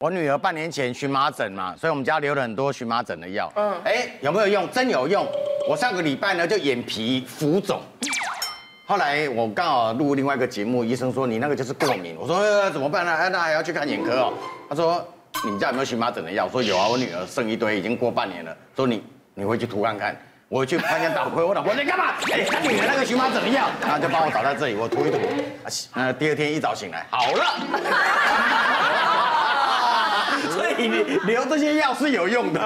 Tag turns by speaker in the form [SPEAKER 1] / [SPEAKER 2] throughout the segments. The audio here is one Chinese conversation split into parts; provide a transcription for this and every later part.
[SPEAKER 1] 我女儿半年前荨麻疹嘛，所以我们家留了很多荨麻疹的药。嗯，哎，有没有用？真有用。我上个礼拜呢就眼皮浮肿，后来我刚好录另外一个节目，医生说你那个就是过敏。我说、呃、怎么办呢、哎，那还要去看眼科哦。他说你们家有没有荨麻疹的药？我说有啊，我女儿剩一堆，已经过半年了。说你你回去涂看看。我去看见导归，我老婆你干嘛？哎、他女儿那个荨麻疹的药，然后就帮我找到这里，我涂一涂。呃，第二天一早醒来好了。 所以你留这些药是有用的。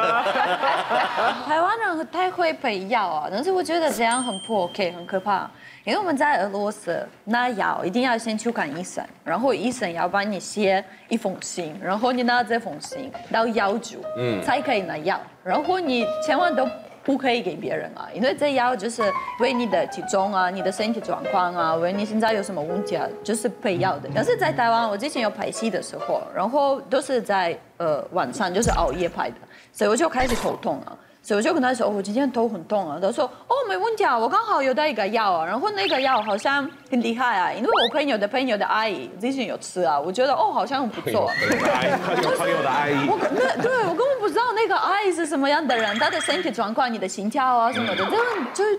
[SPEAKER 2] 台湾人太会配药啊，但是我觉得这样很不 OK，很可怕。因为我们在俄罗斯拿药一定要先去看医生，然后医生要帮你写一封信，然后你拿这封信到药局，嗯，才可以拿药。然后你千万都不可以给别人啊，因为这药就是为你的体重啊、你的身体状况啊，为你现在有什么问题啊，就是配药的。但是在台湾，我之前有拍戏的时候，然后都是在呃晚上，就是熬夜拍的，所以我就开始头痛啊了。所以我就跟他说，哦我今天头很痛啊。他说，哦，没问题啊，我刚好有带一个药啊，然后那个药好像很厉害啊，因为我朋友的朋友的阿姨之前有吃啊， 我觉得哦好像很不错。
[SPEAKER 3] 哎，他有朋友的阿
[SPEAKER 1] E
[SPEAKER 3] 姨
[SPEAKER 2] 我那对我根本不知道那个阿姨是什么样的人，她的身体状况、你的心跳啊什么的，这样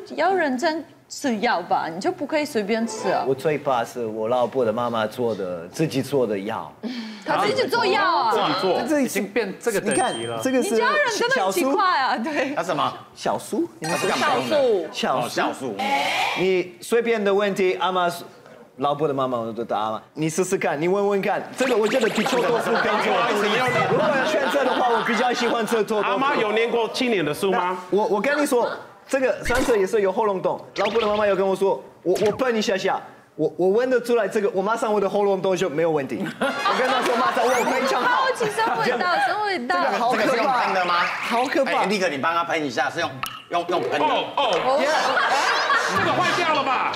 [SPEAKER 2] 就要认真吃药吧，你就不可以随便吃啊。
[SPEAKER 4] 我最怕是我老婆的妈妈做的自己做的药，
[SPEAKER 2] 她自己做药啊，
[SPEAKER 3] 做
[SPEAKER 4] 这
[SPEAKER 5] 已经变这个
[SPEAKER 4] 你
[SPEAKER 5] 等
[SPEAKER 4] 看
[SPEAKER 5] 级了
[SPEAKER 4] 这个
[SPEAKER 2] 你
[SPEAKER 4] 是
[SPEAKER 2] 家人真的很
[SPEAKER 4] 嗯小
[SPEAKER 2] 奇
[SPEAKER 4] 苏
[SPEAKER 2] 怪啊， 对。
[SPEAKER 1] 他什么？
[SPEAKER 4] 小苏，你
[SPEAKER 1] 他
[SPEAKER 4] 们
[SPEAKER 1] 是干嘛用的？
[SPEAKER 4] 小
[SPEAKER 1] 哦酵素。
[SPEAKER 4] 你随便的问题，阿妈老婆的妈妈我都答了，你试试看，你问问看，这个我觉得比臭豆腐更好。如果要选择的话，我比较喜欢吃臭豆腐。
[SPEAKER 3] 阿妈有念过七年的书吗？
[SPEAKER 4] 我我跟你说，这个上次也是有喉咙痛，老婆的妈妈有跟我说，我我碰一下下，我我闻得出来这个，我马上我的喉咙痛就没有问 题。我跟她说马上我非常好
[SPEAKER 2] 好，奇生味道，生味道
[SPEAKER 4] 这。个好
[SPEAKER 1] 这个是
[SPEAKER 4] 可
[SPEAKER 1] 用
[SPEAKER 4] 怕
[SPEAKER 1] 喷的吗？
[SPEAKER 4] 好可怕
[SPEAKER 1] 哎立刻你帮他喷一下，是用用用喷的。
[SPEAKER 3] 哦哦，这个坏掉了吧？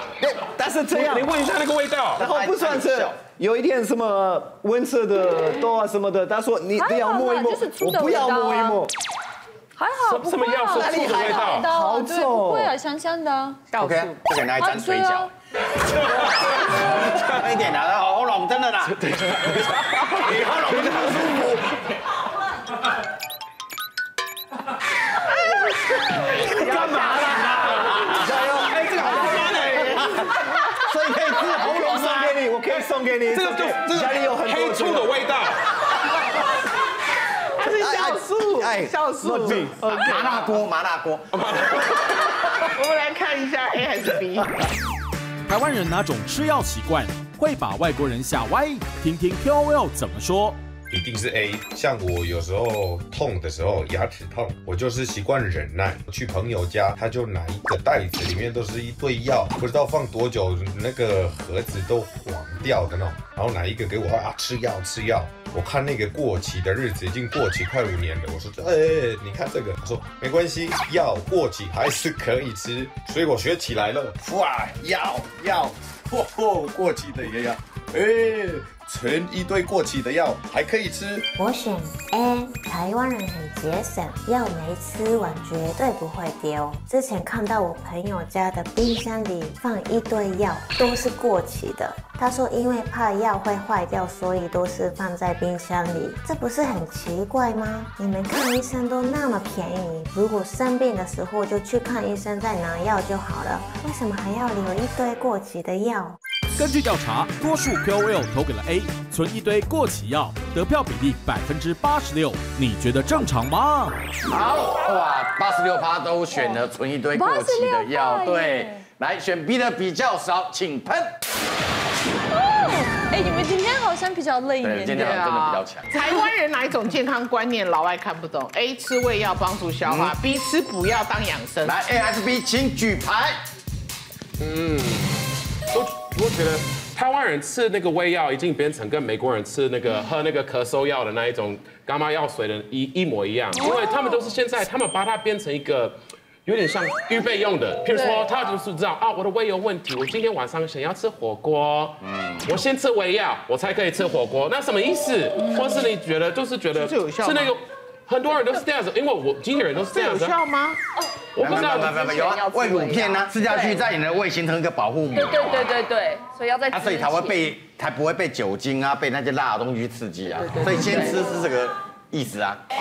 [SPEAKER 4] 但是这样
[SPEAKER 3] 你。问一下哎那个味道。
[SPEAKER 4] 然后不算是有一点什么温色的豆啊什么的，他说你你要摸一摸，我不要摸
[SPEAKER 3] 啊
[SPEAKER 4] 一 摸，
[SPEAKER 2] 还好，不
[SPEAKER 3] 什么
[SPEAKER 2] 会
[SPEAKER 3] 药
[SPEAKER 2] 啊，
[SPEAKER 3] 是醋的味道
[SPEAKER 4] 好
[SPEAKER 2] 对，
[SPEAKER 4] 臭
[SPEAKER 2] 不会啊，香香的啊。
[SPEAKER 1] OK，啊就给拿一
[SPEAKER 2] 啊
[SPEAKER 1] 张水饺，，喷一点啊，然后喉咙真的啦，你喉咙真的很舒服。
[SPEAKER 4] 加油！哎，这个好酸所以可以治喉 咙送给你，我可以送给
[SPEAKER 3] 这
[SPEAKER 4] 你，
[SPEAKER 3] 个就这
[SPEAKER 4] 家里有
[SPEAKER 3] 个
[SPEAKER 4] 很多
[SPEAKER 3] 黑醋的味道，
[SPEAKER 4] 是酵素，哎，酵素，
[SPEAKER 1] 麻辣锅，麻辣锅。
[SPEAKER 6] 我们来看一下 A 还是 B。
[SPEAKER 5] 台湾人哪种吃药习惯会把外国人吓歪？听听 KOL 怎么说。
[SPEAKER 7] 一定是 A。像我有时候痛的时候，牙齿痛，我就是习惯忍耐。去朋友家，他就拿一个袋子，里面都是一堆药，不知道放多久，那个盒子都黄掉的那种。然后拿一个给我啊，吃药吃药。我看那个过期的日子已经过期快五年了，我说哎、你看这个，他说没关系，药过期还是可以吃，所以我学起来了。哇，药药，嚯嚯，过期的也要，哎、存一堆过期的药还可以吃，
[SPEAKER 8] 我选 A，台湾人很节省，药没吃完绝对不会丢。之前看到我朋友家的冰箱里放一堆药，都是过期的。他说因为怕药会坏掉，所以都是放在冰箱里。这不是很奇怪吗？你们看医生都那么便宜，如果生病的时候就去看医生再拿药就好了，为什么还要留一堆过期的药？
[SPEAKER 5] 根据调查，多数 KOL 投给了 A，存一堆过期药，得票比例百分之八十六。你觉得正常吗？
[SPEAKER 1] 好，哇，八十六趴都选了存一堆过期的药，
[SPEAKER 2] 86%
[SPEAKER 1] 对
[SPEAKER 2] 耶，
[SPEAKER 1] 来选 B 的比较少，请喷。
[SPEAKER 2] 哎，你们今天好像比较累一
[SPEAKER 1] 对，
[SPEAKER 2] 点
[SPEAKER 1] 今天
[SPEAKER 2] 点
[SPEAKER 1] 好像真的比较强。
[SPEAKER 6] 台湾人哪一种健康观念老外看不懂？A 吃胃药帮助消化、b 吃补药当养生。
[SPEAKER 1] 来，A 还是 B，请举牌。
[SPEAKER 3] 我我觉得台湾人吃那个胃药已经变成跟美国人吃那
[SPEAKER 6] 嗯
[SPEAKER 3] 个喝那个咳嗽药的那一种伽马药水的一一模一样，因为他们都是现在
[SPEAKER 6] 哦
[SPEAKER 3] 他们把它变成一个。有点像预备用的，譬如说，他就是知道啊，我的胃有问题，我今天晚上想要吃火锅，
[SPEAKER 6] 嗯
[SPEAKER 3] 我先吃胃药，我才可以吃火锅，那什么意思？或是你觉得就是觉得
[SPEAKER 6] 这嗯有效
[SPEAKER 3] 是那
[SPEAKER 6] 吗
[SPEAKER 3] 个，很多人都是这样子，因为我经纪人都是这
[SPEAKER 6] 这
[SPEAKER 3] 样
[SPEAKER 6] 有
[SPEAKER 3] 子啊，
[SPEAKER 6] 效吗？
[SPEAKER 3] 我不知道，
[SPEAKER 1] 有啊，胃乳片呢、吃下去在你的胃形成一个保护膜，
[SPEAKER 9] 对对对对对，所以要在
[SPEAKER 1] 啊，所以才会被才不会被酒精啊，被那些辣的东西去刺激啊。所以先吃是这个意思啊。
[SPEAKER 10] 哎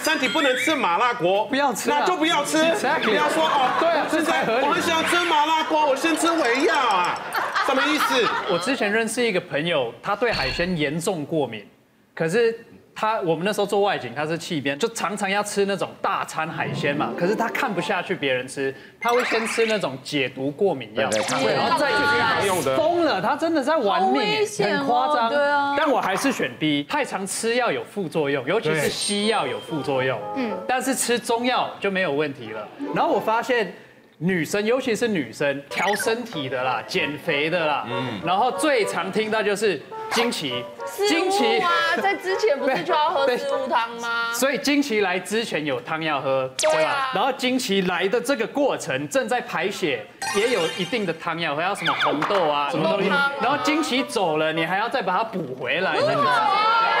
[SPEAKER 3] 身体不能吃麻辣锅，
[SPEAKER 9] 不要吃啊
[SPEAKER 3] 那就不要吃。
[SPEAKER 9] Exactly
[SPEAKER 3] 不要说哦，
[SPEAKER 9] 对啊
[SPEAKER 3] 我现
[SPEAKER 9] 这
[SPEAKER 3] 在
[SPEAKER 9] 才合理
[SPEAKER 3] 我很想吃麻辣锅，我先吃维亚啊，什么意思？
[SPEAKER 9] 我之前认识一个朋友，他对海鲜严重过敏，可是他我们那时候做外景，他是气边，就常常要吃那种大餐海鲜嘛。可是他看不下去别人吃，他会先吃那种解毒过敏药，
[SPEAKER 1] 对对抗
[SPEAKER 9] 然后再去
[SPEAKER 3] 常用的
[SPEAKER 9] 疯了，他真的在玩命
[SPEAKER 2] 好危
[SPEAKER 9] 耶，
[SPEAKER 2] 险哦
[SPEAKER 9] 很夸张。
[SPEAKER 2] 对啊
[SPEAKER 9] 但我还是选 B，太常吃药有副作用，尤其是
[SPEAKER 3] 对
[SPEAKER 9] 西药有副作用，嗯，但是吃中药就没有问题了。
[SPEAKER 2] 嗯
[SPEAKER 9] 然后我发现。女生，尤其是女生调身体的啦，减肥的啦，嗯，然后最常听到就是经期，经期，
[SPEAKER 10] 啊，在之前不是就要喝
[SPEAKER 9] 对
[SPEAKER 10] 植物汤吗？
[SPEAKER 9] 所以经期来之前有汤要喝，
[SPEAKER 10] 对啊
[SPEAKER 9] 然后经期来的这个过程正在排血，也有一定的汤要喝，要什么红豆啊，什么东西
[SPEAKER 10] 豆汤啊，
[SPEAKER 9] 然后经期走了，你还要再把它补回来，那你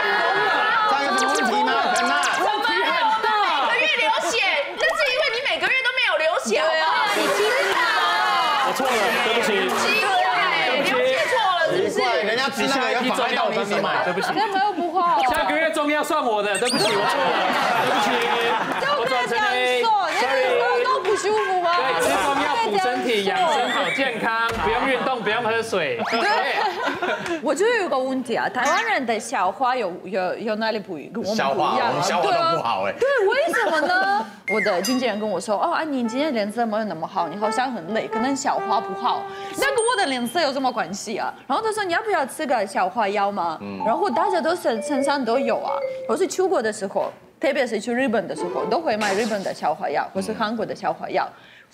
[SPEAKER 1] 这样有什么问题
[SPEAKER 10] 哎
[SPEAKER 1] 吗？很辣。
[SPEAKER 10] 怎么
[SPEAKER 9] 很大
[SPEAKER 10] 每个月流血？那是因为你每个月都没有流血，
[SPEAKER 2] 啊
[SPEAKER 6] 啊
[SPEAKER 10] 好不好？你知道，
[SPEAKER 9] 我错了，对不起。
[SPEAKER 10] 奇
[SPEAKER 6] 啊
[SPEAKER 10] 怪，流血错了是不
[SPEAKER 1] 奇
[SPEAKER 10] 是？
[SPEAKER 1] 怪，人家吃
[SPEAKER 9] 你
[SPEAKER 1] 那
[SPEAKER 9] 下
[SPEAKER 1] 个
[SPEAKER 9] 一批
[SPEAKER 1] 有
[SPEAKER 9] 中
[SPEAKER 1] 妨碍
[SPEAKER 9] 药
[SPEAKER 1] 到
[SPEAKER 9] 我
[SPEAKER 1] 你
[SPEAKER 9] 分
[SPEAKER 1] 什
[SPEAKER 9] 手
[SPEAKER 1] 么？
[SPEAKER 9] 买，对不起。
[SPEAKER 2] 那没有不好，
[SPEAKER 10] 哦
[SPEAKER 9] 下个月中药算我的，对不起，我错了，对不起，
[SPEAKER 2] 都
[SPEAKER 9] 我
[SPEAKER 2] 不能
[SPEAKER 9] 转
[SPEAKER 2] 这
[SPEAKER 9] 成
[SPEAKER 2] 样
[SPEAKER 9] A，
[SPEAKER 2] 说，你那个
[SPEAKER 9] sorry
[SPEAKER 2] 都不舒服吗？
[SPEAKER 9] 对，吃中药补身体，养生好健康，不用运动，不用喝水。
[SPEAKER 2] 我觉得有个问题啊，台湾人的消化有有有哪里不一跟我们
[SPEAKER 1] 消
[SPEAKER 2] 不
[SPEAKER 1] 化
[SPEAKER 2] 一样
[SPEAKER 1] 我
[SPEAKER 2] 啊？
[SPEAKER 1] 们消化
[SPEAKER 2] 对啊
[SPEAKER 1] 都不好哎
[SPEAKER 2] 对，为什么呢？ 我的经纪人跟我说，哦，啊，你今天脸色没有那么好，你好像很累，可能消化不好。那跟我的脸色有什么关系啊？然后他说你要不要吃个消化药嘛？
[SPEAKER 1] 嗯
[SPEAKER 2] 然后大家都身身上都有啊。我是出国的时候，特别是去日本的时候，都会买日本的消化药，或是韩国的消化药。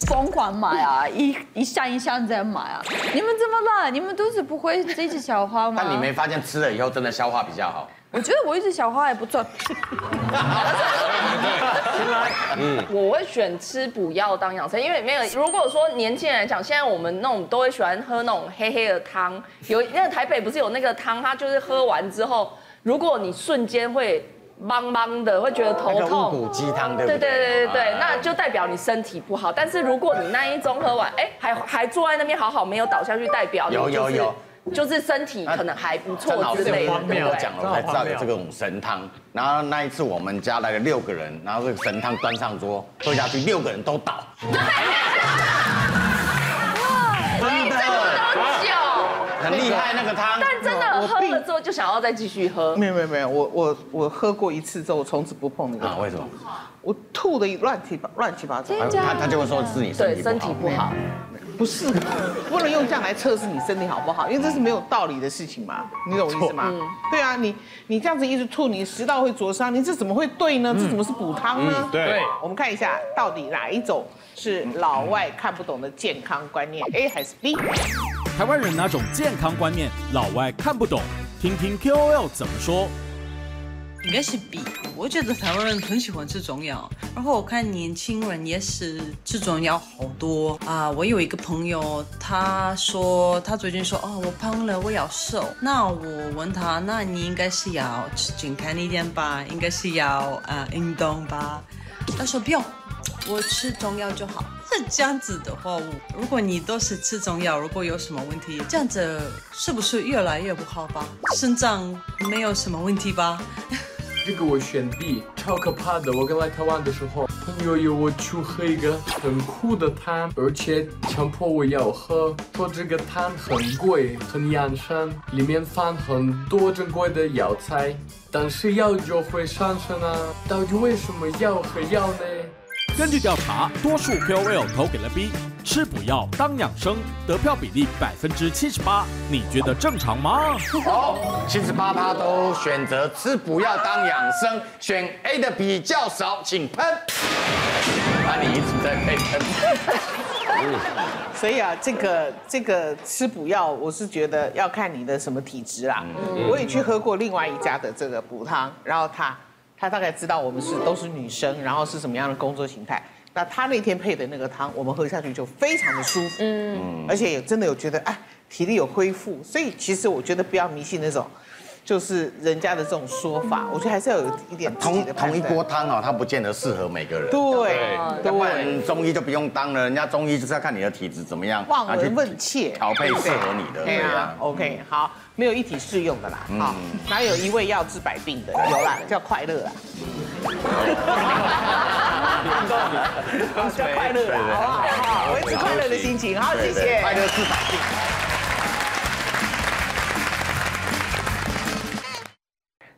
[SPEAKER 2] 疯狂买啊，一一箱一箱这样买啊！你们怎么了？你们肚子不会自己消化吗？
[SPEAKER 1] 但你没发现吃了以后真的消化比较好？
[SPEAKER 2] 我觉得我一直消化还不错。
[SPEAKER 10] 我会选吃补药当养生，因为没有。如果说年轻人来讲，现在我们那种都会喜欢喝那种黑黑的汤，有那个台北不是有那个汤，它就是喝完之后，如果你瞬间会茫茫的，会觉得头
[SPEAKER 1] 那个五
[SPEAKER 10] 痛
[SPEAKER 1] 谷。鸡汤对不
[SPEAKER 10] 对
[SPEAKER 1] 对？啊
[SPEAKER 10] 对对对对，那就代表你身体不好。但是如果你那一盅喝完，哎，还还坐在那边好好没有倒下去，代表你
[SPEAKER 1] 有
[SPEAKER 10] 就是
[SPEAKER 1] 有有
[SPEAKER 10] 就是身体可能还不
[SPEAKER 1] 郑
[SPEAKER 10] 错
[SPEAKER 1] 老
[SPEAKER 10] 之
[SPEAKER 1] 师
[SPEAKER 10] 类的，
[SPEAKER 1] 跟
[SPEAKER 10] 对不
[SPEAKER 1] 我
[SPEAKER 10] 对？
[SPEAKER 1] 讲了，我才知道有这个神汤。然后那一次我们家来了六个人，然后这个神汤端上桌，喝下去六个人都倒。真的
[SPEAKER 10] 喝酒，
[SPEAKER 1] 啊很厉害那个汤，
[SPEAKER 10] 但真的喝了之后就想要再继续喝。
[SPEAKER 6] 没有没有没有，我我我喝过一次之后，我从此不碰那个
[SPEAKER 1] 啊为什么？
[SPEAKER 6] 我吐的乱七八乱七八糟，
[SPEAKER 1] 他他就会说是你身
[SPEAKER 10] 对，
[SPEAKER 1] 体
[SPEAKER 10] 身
[SPEAKER 1] 不好。
[SPEAKER 10] 体不好。
[SPEAKER 6] 不是，不能用这样来测试你身体好不好，因为这是没有道理的事情嘛，你懂我意思吗？对啊，你你这样子一直吐，你食道会灼伤，你这怎么会对呢？这怎么是补汤呢？
[SPEAKER 3] 对
[SPEAKER 9] 对
[SPEAKER 6] 我们看一下到底哪一种是老外看不懂的健康观念，A 还是 B？
[SPEAKER 5] 台湾人哪种健康观念老外看不懂？听听 KOL 怎么说。
[SPEAKER 11] 应该是 B。我觉得台湾人很喜欢吃中药，然后我看年轻人也是吃中药好多啊、我有一个朋友，他说他最近说哦，我胖了，我要瘦。那我问他，那你应该是要吃健康一点吧，应该是要啊、运动吧。他说不用，我吃中药就好。那这样子的话，我如果你都是吃中药，如果有什么问题，这样子是不是越来越不好吧？肾脏没有什么问题吧？
[SPEAKER 12] 这个我选 B，超可怕的！我刚来台湾的时候，朋友约我去喝一个很酷的汤，而且强迫我要喝，说这个汤很贵，很养生，里面放很多珍贵的药材，但是药就会上升啊！到底为什么要喝药呢？
[SPEAKER 5] 根据调查，多数 KOL 投给了 B，吃补药当养生，得票比例百分之七十八，你觉得正常吗？
[SPEAKER 1] 好，七十八趴都选择吃补药当养生，选 A 的比较少，请喷。啊，你一直在被喷。
[SPEAKER 6] 所以啊，这个这个吃补药，我是觉得要看你的什么体质啦。
[SPEAKER 1] 嗯
[SPEAKER 6] 我也去喝过另外一家的这个补汤，然后他他大概知道我们是都是女生，然后是什么样的工作形态。那他那天配的那个汤，我们喝下去就非常的舒服，
[SPEAKER 1] 嗯
[SPEAKER 6] 嗯，而且也真的有觉得哎体力有恢复。所以其实我觉得不要迷信那种。啊就是人家的这种说法，
[SPEAKER 1] 嗯
[SPEAKER 6] 我觉得还是要有一点自己
[SPEAKER 1] 同
[SPEAKER 6] 的判
[SPEAKER 1] 同一
[SPEAKER 6] 断
[SPEAKER 1] 锅汤哦，它不见得适合每个人。
[SPEAKER 6] 对对
[SPEAKER 1] 哦要不然中医就不用当了，人家中医就是要看你的体质怎么样，
[SPEAKER 6] 望
[SPEAKER 1] 然后去
[SPEAKER 6] 闻问切，
[SPEAKER 1] 调配
[SPEAKER 6] 对不对
[SPEAKER 1] 适合你的。嗯
[SPEAKER 6] 对啊，OK，好，没有一体适用的啦，好，哪有一味药治百病的？有啦，叫快乐啦，啊 叫快乐啦，啊好不好？好，维持快乐的心情，好，谢
[SPEAKER 1] 对对
[SPEAKER 6] 谢，
[SPEAKER 1] 快乐治百
[SPEAKER 6] 病。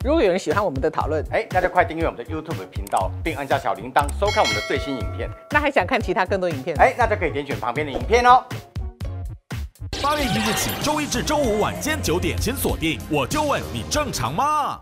[SPEAKER 6] 如果有人喜欢我们的讨论，
[SPEAKER 13] 哎，那就快订阅我们的 YouTube 频道，并按下小铃铛收看我们的最新影片。
[SPEAKER 6] 那还想看其他更多影片？
[SPEAKER 13] 哎，那就可以点选旁边的影片哦。
[SPEAKER 5] 八月一日起，周一至周五晚间九点，请锁定《我就问你正常吗》。